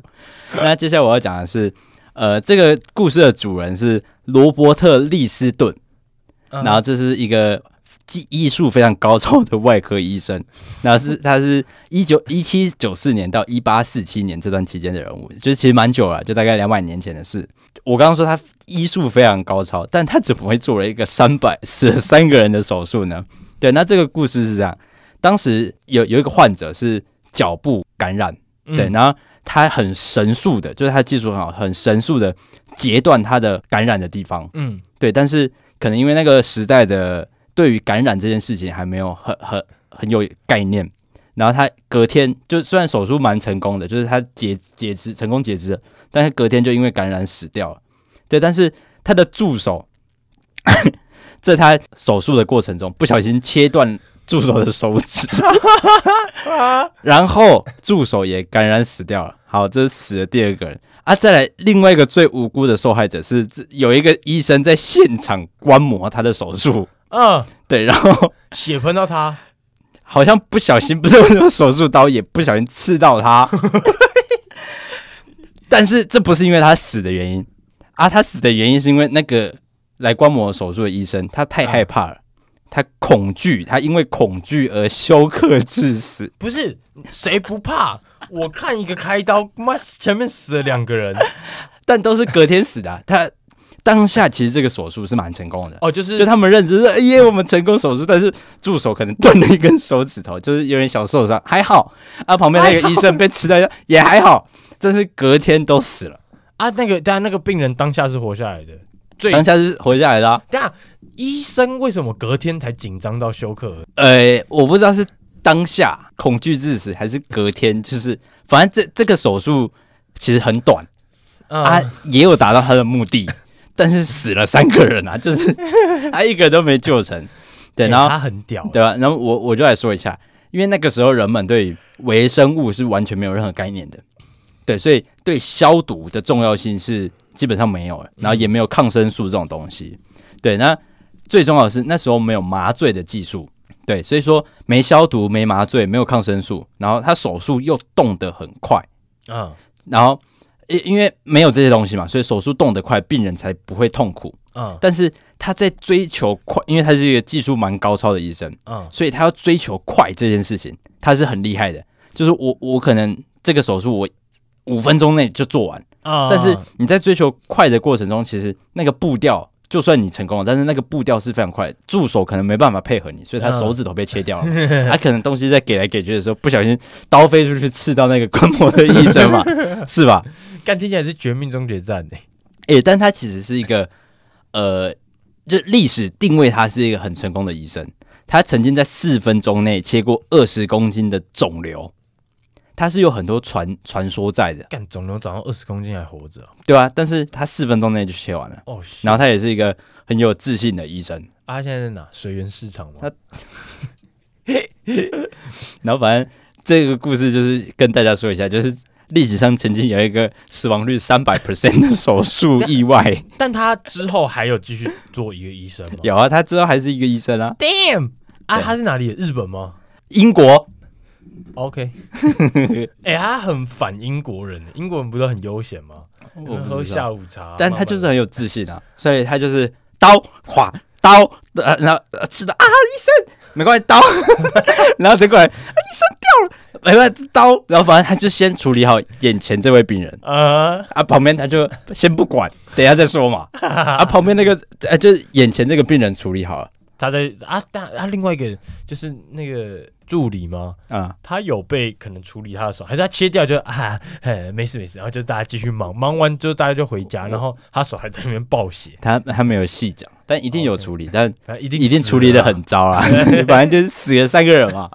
[SPEAKER 2] 那接下来我要讲的是，呃，这个故事的主人是罗伯特利斯顿。
[SPEAKER 1] 嗯
[SPEAKER 2] 然后这是一个技艺术非常高超的外科医生， 然后是他是一九一七九四年到一八四七年这段期间的人物，就是其实蛮久了，就大概两百年前的事。我刚刚说他医术非常高超，但他怎么会做了一个三百死了三个人的手术呢？对，那这个故事是这样，当时有有一个患者是脚部感染，
[SPEAKER 1] 嗯
[SPEAKER 2] 对，然后他很神速的，就是他技术很好，很神速的截断他的感染的地方，
[SPEAKER 1] 嗯
[SPEAKER 2] 对，但是可能因为那个时代的对于感染这件事情还没有很很很有概念，然后他隔天就虽然手术蛮成功的，就是他截截肢成功截肢了，但是隔天就因为感染死掉了。对，但是他的助手 在他手术的过程中不小心切断助手的手指，然后助手也感染死掉了。好，这是死了第二个人啊。再来，另外一个最无辜的受害者是有一个医生在现场观摩他的手术，
[SPEAKER 1] 嗯，
[SPEAKER 2] 对，然后
[SPEAKER 1] 血喷到他，
[SPEAKER 2] 好像不小心，不是用手术刀，也不小心刺到他。 但是这不是因为他死的原因啊，他死的原因是因为那个来观摩手术的医生他太害怕了，他恐惧，他因为恐惧而休克致死。
[SPEAKER 1] 不是谁不怕？我看一个开刀，妈前面死了两个人，
[SPEAKER 2] 但都是隔天死的啊、他当下其实这个手术是蛮成功的，
[SPEAKER 1] 哦，就是
[SPEAKER 2] 就他们认知是，哎耶，我们成功手术，但是助手可能断了一根手指头，就是有点小受伤，还好啊。旁边那个医生被吃到一下也还好， 但是隔天都死了，
[SPEAKER 1] 啊，那个但那个病人当下是活下来的，最
[SPEAKER 2] 当下是活下来的、啊。
[SPEAKER 1] 等一下医生为什么隔天才紧张到休克？
[SPEAKER 2] 呃，我不知道是当下恐惧致死，还是隔天，就是反正这这个手术其实很短，
[SPEAKER 1] 嗯
[SPEAKER 2] 啊，也有达到他的目的，但是死了三个人啊，就是他一个都没救成。对，
[SPEAKER 1] 欸
[SPEAKER 2] 然后
[SPEAKER 1] 他很屌，
[SPEAKER 2] 对吧？然后我我就来说一下，因为那个时候人们对于微生物是完全没有任何概念的，对，所以对消毒的重要性是基本上没有了，然后也没有抗生素这种东西，对。那最重要的是那时候没有麻醉的技术，对，所以说没消毒、没麻醉、没有抗生素，然后他手术又动得很快，
[SPEAKER 1] 嗯
[SPEAKER 2] 然后因因为没有这些东西嘛，所以手术动得快，病人才不会痛苦。
[SPEAKER 1] 嗯
[SPEAKER 2] 但是他在追求快，因为他是一个技术蛮高超的医生。
[SPEAKER 1] 嗯
[SPEAKER 2] 所以他要追求快这件事情，他是很厉害的。就是我我可能这个手术我五分钟内就做完，
[SPEAKER 1] 啊
[SPEAKER 2] 但是你在追求快的过程中，其实那个步调就算你成功了，但是那个步调是非常快的，助手可能没办法配合你，所以他
[SPEAKER 1] 嗯
[SPEAKER 2] 手指头被切掉了嘛，他、可能东西在给来给去的时候不小心刀飞出去刺到那个观摩的医生嘛，是吧？
[SPEAKER 1] 干听起来是绝命终结战欸
[SPEAKER 2] 诶、但他其实是一个呃，就历史定位他是一个很成功的医生。他曾经在四分钟内切过二十公斤的肿瘤，他是有很多传传说在的，
[SPEAKER 1] 干肿瘤长到二十公斤还活着
[SPEAKER 2] 对吧、但是他四分钟内就切完了，
[SPEAKER 1] 哦，
[SPEAKER 2] 然
[SPEAKER 1] 后
[SPEAKER 2] 后他也是一个很有自信的医生。
[SPEAKER 1] 啊他现在在哪？水源市场吗
[SPEAKER 2] 他？然后反正这个故事就是跟大家说一下，就是历史上曾经有一个死亡率三百 percent 的手术意外，
[SPEAKER 1] 但他之后还有继续做一个医生吗
[SPEAKER 2] 有啊，他之后还是一个医生啊，
[SPEAKER 1] ？Damn 啊，
[SPEAKER 2] 对
[SPEAKER 1] 他是哪里的？日本吗？
[SPEAKER 2] 英国
[SPEAKER 1] OK，哎、欸，他很反英国人，英国人不是很悠闲吗？
[SPEAKER 2] 我不知
[SPEAKER 1] 喝
[SPEAKER 2] 道
[SPEAKER 1] 下午茶，
[SPEAKER 2] 但他就
[SPEAKER 1] 慢
[SPEAKER 2] 是
[SPEAKER 1] 慢
[SPEAKER 2] 很有自信啊，所以他就是刀垮刀， 哎呃，然后呃吃的啊，医生没关系，刀，然后再过来、啊、医生掉了，哎不刀，然后反正他就先处理好眼前这位病人
[SPEAKER 1] 呃，
[SPEAKER 2] 啊，旁边他就先不管，等一下再说嘛。啊，旁边那个呃、就是眼前这个病人处理好了
[SPEAKER 1] 他在啊，但啊，另外一个就是那个助理吗？
[SPEAKER 2] 啊，
[SPEAKER 1] 他有被可能处理他的手，还是他切掉就啊， 嘿，没事没事，然后就大家继续忙，忙完之后大家就回
[SPEAKER 2] 哦
[SPEAKER 1] 家，然后他手还在那边爆血，
[SPEAKER 2] 他他没有细讲，但一定有处理，但
[SPEAKER 1] 反正一定
[SPEAKER 2] 一定
[SPEAKER 1] 死
[SPEAKER 2] 处理
[SPEAKER 1] 了
[SPEAKER 2] 的
[SPEAKER 1] 啊
[SPEAKER 2] 很糟啦。反正就是死了三个人嘛，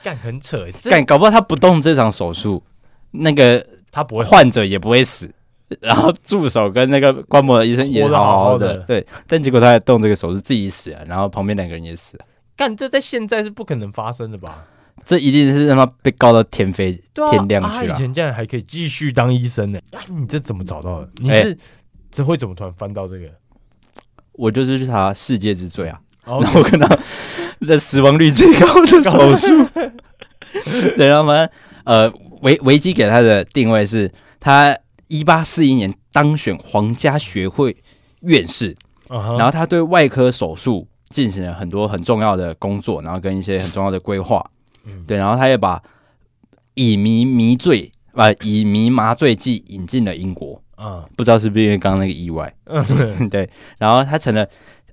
[SPEAKER 1] 干很扯， 这
[SPEAKER 2] 干搞不好他不动这场手术，那个
[SPEAKER 1] 他不会
[SPEAKER 2] 患者也不会死， 然后助手跟那个观摩的医生也
[SPEAKER 1] 活得
[SPEAKER 2] 好
[SPEAKER 1] 好好
[SPEAKER 2] 的，
[SPEAKER 1] 的
[SPEAKER 2] 对。但结果他动这个手是自己死了，啊然后旁边两个人也死了，啊
[SPEAKER 1] 干，这在现在是不可能发生的吧？
[SPEAKER 2] 这一定是他妈被告到天飞
[SPEAKER 1] 对啊，
[SPEAKER 2] 天亮
[SPEAKER 1] 啊他
[SPEAKER 2] 去
[SPEAKER 1] 以
[SPEAKER 2] 了。
[SPEAKER 1] 前竟然还可以继续当医生呢、啊，你这怎么找到的？你
[SPEAKER 2] 哎
[SPEAKER 1] 是这会怎么突然翻到这个？
[SPEAKER 2] 我就是去查世界之最啊，
[SPEAKER 1] 哦
[SPEAKER 2] 然，后我看到的死亡率最高的手术， 对，然后反正呃维维基给他的定位是他一八四一年当选皇家学会院士，然
[SPEAKER 1] 然
[SPEAKER 2] 后他对外科手术进行了很多很重要的工作，然后跟一些很重要的规划。
[SPEAKER 1] 嗯
[SPEAKER 2] 对，然后他也把乙醚迷醉啊、呃乙醚麻醉剂引进了英国，
[SPEAKER 1] 啊，
[SPEAKER 2] 不知道是不是因为刚刚那个意外。
[SPEAKER 1] 嗯
[SPEAKER 2] 对，然后他成了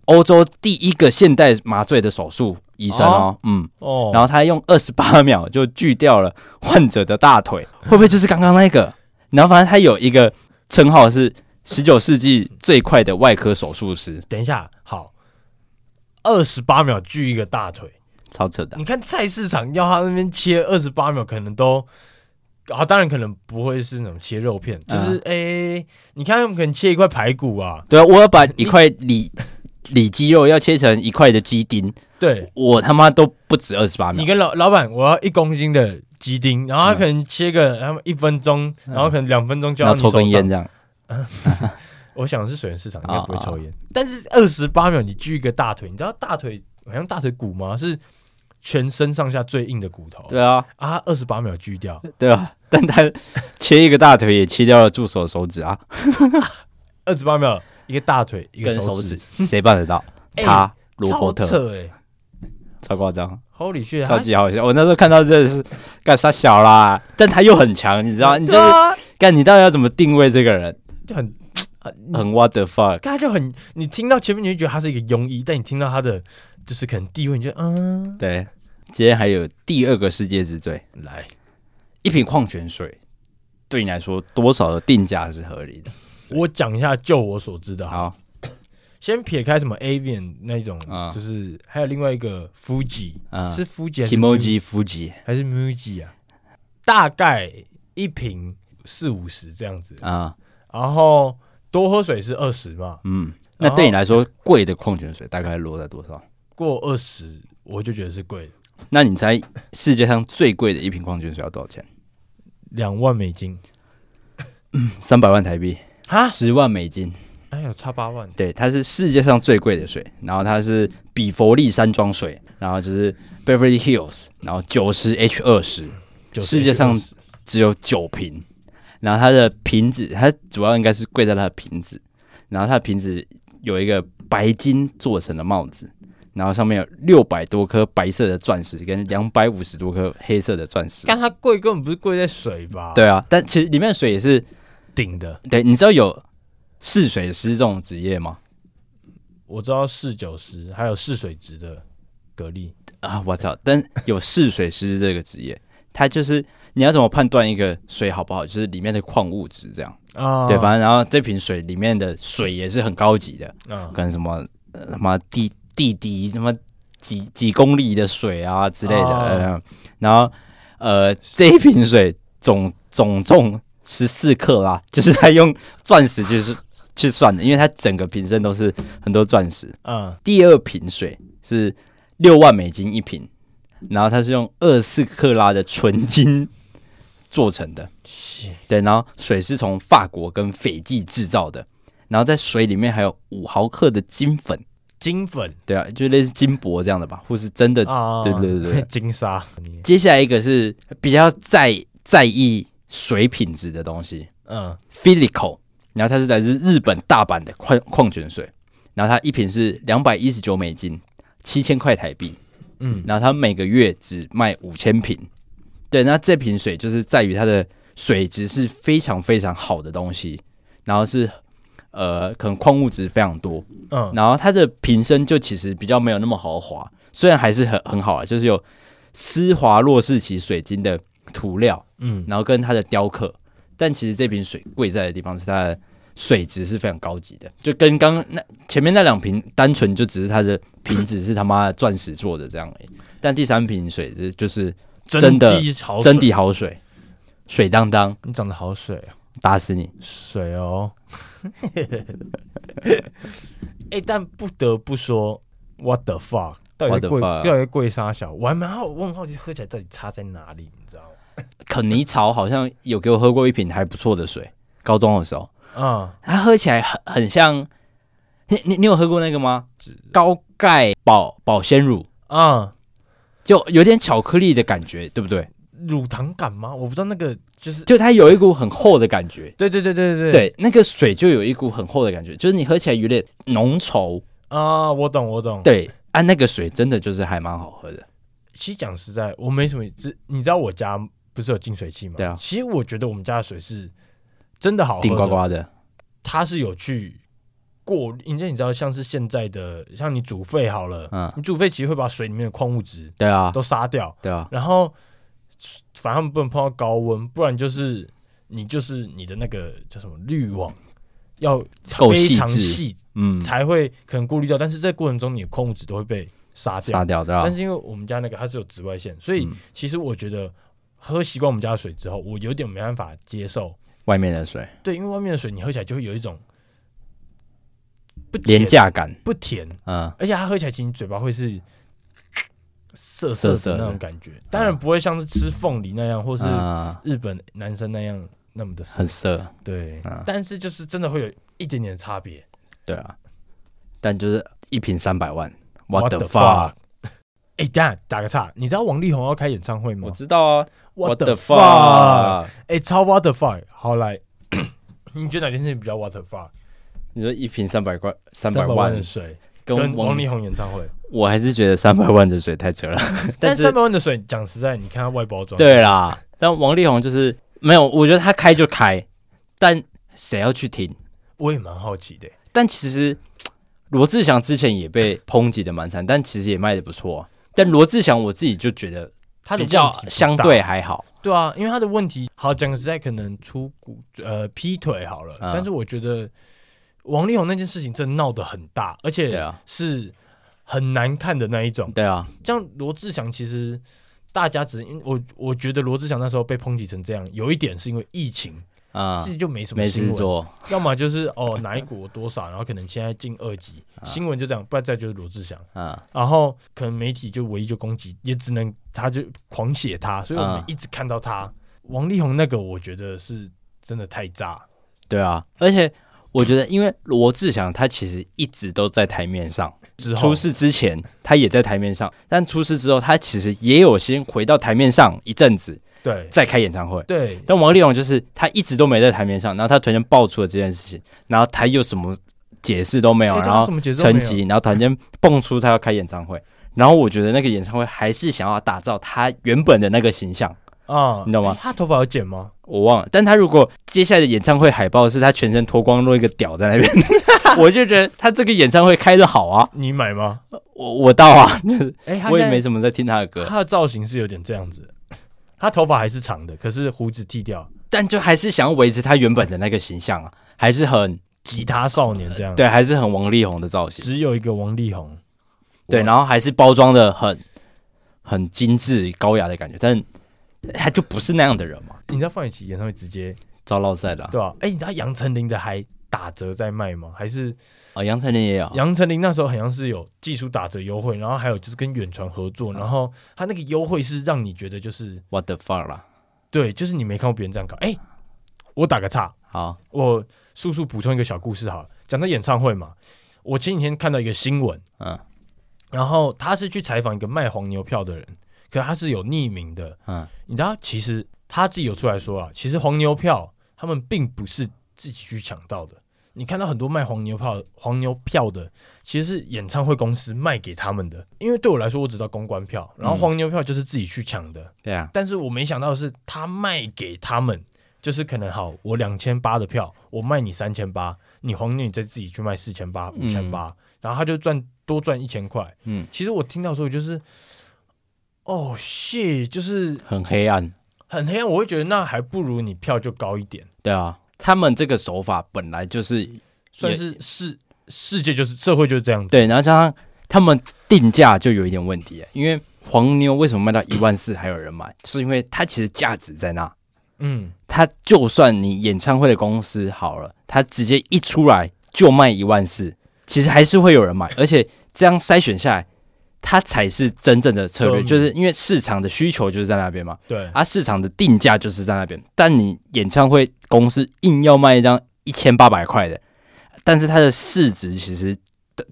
[SPEAKER 2] 欧洲第一个现代麻醉的手术医生哦，嗯，
[SPEAKER 1] 哦，
[SPEAKER 2] 然后他用二十八秒就锯掉了患者的大腿，会不会就是刚刚那个？然后反正他有一个称号是十九世纪最快的外科手术师，
[SPEAKER 1] 等一下，好，二十八秒锯一个大腿，
[SPEAKER 2] 超扯的啊。
[SPEAKER 1] 你看菜市场要他那边切二十八秒，可能都。啊，当然可能不会是那种切肉片，就是
[SPEAKER 2] 嗯
[SPEAKER 1] 诶、你看他们可能切一块排骨啊，
[SPEAKER 2] 对啊，我要把一块里里肌肉要切成一块的鸡丁，
[SPEAKER 1] 对
[SPEAKER 2] 我他妈都不止二十八
[SPEAKER 1] 你
[SPEAKER 2] 秒。
[SPEAKER 1] 跟老老板我要一公斤的鸡丁，然后他可能切个他们一分钟，然后可能两分钟就要
[SPEAKER 2] 然
[SPEAKER 1] 你
[SPEAKER 2] 后嗯抽根
[SPEAKER 1] 手上
[SPEAKER 2] 烟这样，
[SPEAKER 1] 我想的是水源市场应
[SPEAKER 2] 啊
[SPEAKER 1] 该
[SPEAKER 2] 啊
[SPEAKER 1] 不会抽烟，但是二十八秒你锯一个大腿，你知道大腿好像大腿骨吗？是全身上下最硬的骨头。
[SPEAKER 2] 对啊，
[SPEAKER 1] 啊，二十八秒锯掉，
[SPEAKER 2] 对啊，但他切一个大腿也切掉了助手手指啊，
[SPEAKER 1] 二十八秒一个大腿一个
[SPEAKER 2] 跟手指
[SPEAKER 1] 指，，
[SPEAKER 2] 谁办得到？
[SPEAKER 1] 哎
[SPEAKER 2] 他罗
[SPEAKER 1] 超
[SPEAKER 2] 伯特
[SPEAKER 1] 扯啊哎
[SPEAKER 2] 超夸张，
[SPEAKER 1] ，Holy shit！
[SPEAKER 2] 超级好笑。我那时候看到真的是干啥小啦，但他又很强，你知道？
[SPEAKER 1] 他
[SPEAKER 2] 你就
[SPEAKER 1] 对
[SPEAKER 2] 是
[SPEAKER 1] 啊
[SPEAKER 2] 干，你到底要怎么定位这个人？
[SPEAKER 1] 就很很，
[SPEAKER 2] 很 what the fuck？
[SPEAKER 1] 他就很，你听到前面你就觉得他是一个庸医，但你听到他的就是可能地位，你就嗯，
[SPEAKER 2] 对，今天还有第二个世界之最，
[SPEAKER 1] 来，
[SPEAKER 2] 一瓶矿泉水对你来说多少的定价是合理的？
[SPEAKER 1] 我讲一下，就我所知的，
[SPEAKER 2] 好，
[SPEAKER 1] 先撇开什么 Avian 那一种
[SPEAKER 2] 啊，
[SPEAKER 1] 就是还有另外一个 Fuji，
[SPEAKER 2] 嗯
[SPEAKER 1] 是 Fuji 还是
[SPEAKER 2] Kimoji Fuji
[SPEAKER 1] 还是 Muji 啊？大概一瓶四五十这样子，
[SPEAKER 2] 啊，
[SPEAKER 1] 然后多喝水是二十嘛，
[SPEAKER 2] 嗯，那对你来说贵的矿泉水大概落在多少？
[SPEAKER 1] 过二十我就觉得是贵的，
[SPEAKER 2] 那你猜世界上最贵的一瓶矿泉水要多少钱？
[SPEAKER 1] 两万美金
[SPEAKER 2] 三百万台币，
[SPEAKER 1] 哈，
[SPEAKER 2] 十万美金。
[SPEAKER 1] 哎呦，差八万，
[SPEAKER 2] 对，它是世界上最贵的水，然后它是比佛利山庄水，然后就是 Beverly Hills，然后九十 H 二十，
[SPEAKER 1] 就是
[SPEAKER 2] 世界上
[SPEAKER 1] 20
[SPEAKER 2] 只有九瓶，然后它的瓶子，它主要应该是贵在它的瓶子，然后它的瓶子有一个白金做成的帽子，然后上面有六百多颗白色的钻石跟两百五十多颗黑色的钻石。
[SPEAKER 1] 但它贵根本不是贵在水吧？，
[SPEAKER 2] 对啊，但其实里面的水也是
[SPEAKER 1] 顶的，
[SPEAKER 2] 对，你知道有试水师这种职业吗？
[SPEAKER 1] 我知道四九十，还有试水值的蛤蜊，
[SPEAKER 2] 啊，我操！但有试水师这个职业，它就是你要怎么判断一个水好不好，就是里面的矿物质这样。
[SPEAKER 1] 啊，
[SPEAKER 2] 对，反正然后这瓶水里面的水也是很高级的，
[SPEAKER 1] 啊，
[SPEAKER 2] 可能什么呃他妈地地底什么几几公里的水啊之类的。
[SPEAKER 1] 哦
[SPEAKER 2] 呃然后呃，这一瓶水总总重十四克啦，就是他用钻石就是去算的，因为它整个瓶身都是很多钻石。
[SPEAKER 1] 嗯，
[SPEAKER 2] 第二瓶水是六万美金一瓶，然后它是用二四克拉的纯金做成的，对，然后水是从法国跟斐济制造的，然后在水里面还有五毫克的金粉，
[SPEAKER 1] 金粉
[SPEAKER 2] 对啊，就类似金箔这样的吧，或是真的。
[SPEAKER 1] 啊，
[SPEAKER 2] 呃对对对对
[SPEAKER 1] 金沙，你
[SPEAKER 2] 接下来一个是比较在在意水品质的东西
[SPEAKER 1] 嗯，
[SPEAKER 2] ，Filico，然后它是来自日本大阪的矿矿泉水，然后它一瓶是两百一十九美金，七千块台币。
[SPEAKER 1] 嗯，
[SPEAKER 2] 然后他每个月只卖五千瓶，对，那这瓶水就是在于它的水质是非常非常好的东西，然后是呃，可能矿物质非常多，
[SPEAKER 1] 嗯，
[SPEAKER 2] 然后它的瓶身就其实比较没有那么豪华，虽然还是很很好啊，就是有丝滑洛士奇水晶的涂料，
[SPEAKER 1] 嗯，
[SPEAKER 2] 然后跟它的雕刻，但其实这瓶水贵在的地方是它的水质是非常高级的，就跟刚刚那前面那两瓶单纯就只是它的瓶子是他妈的钻石做的这样而已，但第三瓶水是就是真的
[SPEAKER 1] 滴潮
[SPEAKER 2] 真
[SPEAKER 1] 水，
[SPEAKER 2] 的好水，水当当，
[SPEAKER 1] 你长得好水啊，
[SPEAKER 2] 打死你！
[SPEAKER 1] 水哦。 哎，但不得不说，what the fuck，到底
[SPEAKER 2] What
[SPEAKER 1] 在
[SPEAKER 2] the
[SPEAKER 1] 贵到
[SPEAKER 2] fuck
[SPEAKER 1] 底在贵啥小？我还蛮好，我很好奇喝起来到底差在哪里，你知道吗？
[SPEAKER 2] 肯尼潮好像有给我喝过一瓶还不错的水，高中的时候，
[SPEAKER 1] 啊，
[SPEAKER 2] 它喝起来很很像，你你你有喝过那个吗？高钙保保鲜乳，
[SPEAKER 1] 啊，
[SPEAKER 2] 就有点巧克力的感觉，对不对？
[SPEAKER 1] 乳糖感吗？我不知道那个就是，
[SPEAKER 2] 就它有一股很厚的感觉。
[SPEAKER 1] 对对对对对
[SPEAKER 2] 对，那个水就有一股很厚的感觉，就是你喝起来有点浓稠。
[SPEAKER 1] 啊，我懂我懂。
[SPEAKER 2] 对，啊，那个水真的就是还蛮好喝的。
[SPEAKER 1] 其实讲实在，我没什么知，你知道我家不是有净水器吗？
[SPEAKER 2] 对啊
[SPEAKER 1] 其实我觉得我们家的水是真哦的好喝的
[SPEAKER 2] 顶呱呱的，
[SPEAKER 1] 它是有去过，因为你知道，像是现在的，像你煮沸好了，
[SPEAKER 2] 嗯
[SPEAKER 1] 你煮沸其实会把水里面的矿物质
[SPEAKER 2] 对啊，
[SPEAKER 1] 都杀掉，
[SPEAKER 2] 对啊，
[SPEAKER 1] 然后反正他们不能碰到高温，不然就是你就是你的那个叫什么滤网要
[SPEAKER 2] 够
[SPEAKER 1] 非
[SPEAKER 2] 细
[SPEAKER 1] 常
[SPEAKER 2] 致
[SPEAKER 1] 细
[SPEAKER 2] 嗯，
[SPEAKER 1] 才会可能过滤掉，但是在过程中你的矿物质都会被杀掉
[SPEAKER 2] 杀。掉对啊
[SPEAKER 1] 但，是因为我们家那个它是有紫外线，所以
[SPEAKER 2] 嗯
[SPEAKER 1] 其实我觉得喝习惯我们家的水之后，我有点没办法接受。
[SPEAKER 2] 外面的水
[SPEAKER 1] 对，因为外面的水你喝起来就会有一种不甜
[SPEAKER 2] 廉价感，
[SPEAKER 1] 不甜，
[SPEAKER 2] 嗯，
[SPEAKER 1] 而且它喝起来其实你嘴巴会是涩涩
[SPEAKER 2] 涩涩
[SPEAKER 1] 的
[SPEAKER 2] 的
[SPEAKER 1] 那种感觉。当然不会像是吃凤梨那样，或是
[SPEAKER 2] 啊，
[SPEAKER 1] 日本男生那样那么的涩
[SPEAKER 2] 很。涩，
[SPEAKER 1] 对
[SPEAKER 2] 嗯，
[SPEAKER 1] 但是就是真的会有一点点的差别。
[SPEAKER 2] 对啊，但就是一瓶三百万，what the
[SPEAKER 1] the
[SPEAKER 2] fuck？
[SPEAKER 1] 哎，等一下打个岔，你知道王力宏要开演唱会吗
[SPEAKER 2] 我知道啊
[SPEAKER 1] What the
[SPEAKER 2] the
[SPEAKER 1] fuck？
[SPEAKER 2] fuck？
[SPEAKER 1] 哎、超 what the fuck！好来， 你觉得哪件事情比较 what the fuck？
[SPEAKER 2] 你说一瓶三百块，三
[SPEAKER 1] 百
[SPEAKER 2] 百万
[SPEAKER 1] 的水
[SPEAKER 2] 跟
[SPEAKER 1] 跟
[SPEAKER 2] 王
[SPEAKER 1] 王
[SPEAKER 2] 力
[SPEAKER 1] 力，宏演唱 会，
[SPEAKER 2] 我还是觉得三百万的水太扯了，
[SPEAKER 1] 但
[SPEAKER 2] 是
[SPEAKER 1] 三百万的水，讲实在，你看它外包装，
[SPEAKER 2] 对啦，但王力宏就是没有，我觉得他开就开，但谁要去听？
[SPEAKER 1] 我也蛮好奇的。
[SPEAKER 2] 但其实罗志祥之前也被抨击的蛮惨，但其实也卖的不错、啊。但罗志祥我自己就觉得
[SPEAKER 1] 他的
[SPEAKER 2] 比
[SPEAKER 1] 问
[SPEAKER 2] 较
[SPEAKER 1] 题不大
[SPEAKER 2] 相对还好，
[SPEAKER 1] 对啊，因为他的问题，好讲实在，可能出骨呃劈腿好了，
[SPEAKER 2] 啊
[SPEAKER 1] 但是我觉得王力宏那件事情真的闹得很大，而
[SPEAKER 2] 对
[SPEAKER 1] 且
[SPEAKER 2] 啊
[SPEAKER 1] 是很难看的那一种。
[SPEAKER 2] 对啊，
[SPEAKER 1] 像罗志祥，其实大家只因我我觉得罗志祥那时候被抨击成这样，有一点是因为疫情，
[SPEAKER 2] 啊、
[SPEAKER 1] 自己就没什么
[SPEAKER 2] 没
[SPEAKER 1] 新
[SPEAKER 2] 事
[SPEAKER 1] 闻，
[SPEAKER 2] 做，
[SPEAKER 1] 要么就是哦哪一国多少，然后可能现在进二级，新闻就这样，不然再就是罗志祥，
[SPEAKER 2] 啊、
[SPEAKER 1] 然后可能媒体就唯一就攻击，也只能他就狂写他，所以我们
[SPEAKER 2] 啊
[SPEAKER 1] 一直看到他。王力宏那个，我觉得是真的太渣，
[SPEAKER 2] 对啊，而且我觉得，因为罗志祥他其实一直都在台面上，
[SPEAKER 1] 之后
[SPEAKER 2] 出事之前他也在台面上，但出事之后他其实也有先回到台面上一阵子，
[SPEAKER 1] 对
[SPEAKER 2] 再开演唱会。
[SPEAKER 1] 对
[SPEAKER 2] 但王力宏就是他一直都没在台面上，然后他突然间爆出了这件事情，然后他又什么解释都没有，
[SPEAKER 1] 哎对
[SPEAKER 2] 然
[SPEAKER 1] 他
[SPEAKER 2] 后
[SPEAKER 1] 什么节奏
[SPEAKER 2] 成
[SPEAKER 1] 没有
[SPEAKER 2] 绩，然后突然间蹦出他要开演唱会，然后我觉得那个演唱会还是想要打造他原本的那个形象，
[SPEAKER 1] 啊，
[SPEAKER 2] 你懂吗
[SPEAKER 1] 诶他头发有剪吗？
[SPEAKER 2] 我忘了。但他如果接下来的演唱会海报是他全身脱光露一个屌在那边， 我就觉得他这个演唱会开的好啊，
[SPEAKER 1] 你买吗？
[SPEAKER 2] 我我到啊，就是
[SPEAKER 1] 哎、他
[SPEAKER 2] 我也
[SPEAKER 1] 现在
[SPEAKER 2] 没什么在听他的歌，
[SPEAKER 1] 他的造型是有点这样子，他头发还是长的，可是胡子剃掉，
[SPEAKER 2] 但就还是想要维持他原本的那个形象啊，还是很
[SPEAKER 1] 吉他少年这样。，
[SPEAKER 2] 对，还是很王力宏的造型。
[SPEAKER 1] 只有一个王力宏。
[SPEAKER 2] 对，
[SPEAKER 1] 哇
[SPEAKER 2] 然后还是包装的很很精致高雅的感觉，但他就不是那样的人嘛，
[SPEAKER 1] 你知道范玮琪演唱会直接
[SPEAKER 2] 遭落赛的啊
[SPEAKER 1] 对吧、哎、你知道杨丞琳的还打折在卖吗？还是
[SPEAKER 2] 哦，杨丞琳也有，
[SPEAKER 1] 杨丞琳那时候好像是有技术打折优惠，然后还有就是跟远传合
[SPEAKER 2] 啊
[SPEAKER 1] 作，然后他那个优惠是让你觉得就是
[SPEAKER 2] 我的 fuck 啦，
[SPEAKER 1] 对，就是你没看过别人这样搞。哎、我打个岔，
[SPEAKER 2] 好，
[SPEAKER 1] 我速速补充一个小故事好了，讲到演唱会嘛，我前几天看到一个新闻，
[SPEAKER 2] 嗯
[SPEAKER 1] 然后他是去采访一个卖黄牛票的人，可他是有匿名的，
[SPEAKER 2] 嗯，
[SPEAKER 1] 你知道，其实他自己有出来说啊，其实黄牛票他们并不是自己去抢到的，你看到很多卖黄牛票、黄牛票的，其实是演唱会公司卖给他们的。因为对我来说，我只知道公关票，然后
[SPEAKER 2] 嗯
[SPEAKER 1] 黄牛票就是自己去抢的。
[SPEAKER 2] 对啊，
[SPEAKER 1] 但是我没想到的是，他卖给他们，就是可能好，我两千八的票，我卖你三千八，你黄牛你再自己去卖四千八、五千八，然后他就赚多赚一千块。
[SPEAKER 2] 嗯，
[SPEAKER 1] 其实我听到的时候就是，哦，谢，就是
[SPEAKER 2] 很黑暗。
[SPEAKER 1] 很黑暗，我会觉得那还不如你票就高一点，
[SPEAKER 2] 对啊，他们这个手法本来就是
[SPEAKER 1] 算是世世界就是社会就是这样子。
[SPEAKER 2] 对，然后加上他们定价就有一点问题，因为黄牛为什么卖到一万四还有人买，是因为它其实价值在那。
[SPEAKER 1] 嗯，
[SPEAKER 2] 它就算你演唱会的公司好了，它直接一出来就卖一万四，其实还是会有人买，而且这样筛选下来，它才是真正的策略，
[SPEAKER 1] 嗯
[SPEAKER 2] 就是因为市场的需求就是在那边嘛，
[SPEAKER 1] 对，
[SPEAKER 2] 啊，市场的定价就是在那边，但你演唱会公司硬要卖一张一千八百块的，但是它的市值其实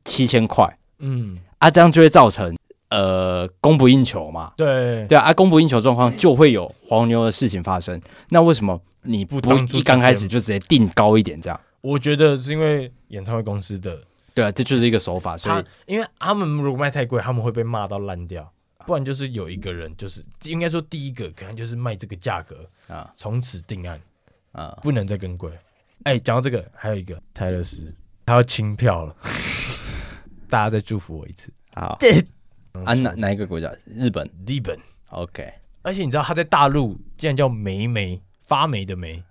[SPEAKER 2] 七千块。
[SPEAKER 1] 嗯，
[SPEAKER 2] 啊，这样就会造成呃供不应求嘛。
[SPEAKER 1] 对，
[SPEAKER 2] 对啊，啊供不应求状况就会有黄牛的事情发生。那为什么你不
[SPEAKER 1] 不当初
[SPEAKER 2] 一刚开始就直接定高一点这样？
[SPEAKER 1] 我觉得是因为演唱会公司的
[SPEAKER 2] 对啊，这就是一个手法。所
[SPEAKER 1] 他
[SPEAKER 2] 以，
[SPEAKER 1] 因为他们如果卖太贵，他们会被骂到烂掉。不然就是有一个人，就是应该说第一个可能就是卖这个价格
[SPEAKER 2] 啊
[SPEAKER 1] 啊，从此定案，
[SPEAKER 2] 啊、
[SPEAKER 1] 不能再更贵。哎、讲到这个，还有一个泰勒斯，他要清票了，大家再祝福我一次。
[SPEAKER 2] 好
[SPEAKER 1] 对嗯
[SPEAKER 2] 啊，哪哪一个国家？日本。
[SPEAKER 1] 日本，
[SPEAKER 2] OK，哎、
[SPEAKER 1] 而且你知道他在大陆竟然叫梅梅，发霉的霉。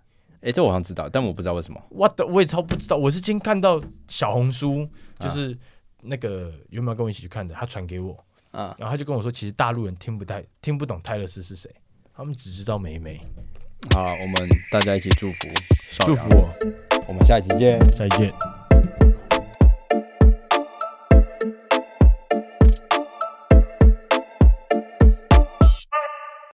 [SPEAKER 2] 诶这我好像知道，但我不知道为什么。
[SPEAKER 1] 我的我也超不知道，我是今天看到小红书，就是那个原本要跟我一起去看的，他传给我，
[SPEAKER 2] 啊
[SPEAKER 1] 然后他就跟我说，其实大陆人听不太听不懂泰勒斯是谁，他们只知道梅梅。
[SPEAKER 2] 好，我们大家一起祝福，
[SPEAKER 1] 祝福，我，
[SPEAKER 2] 我们下一集见。
[SPEAKER 1] 再见。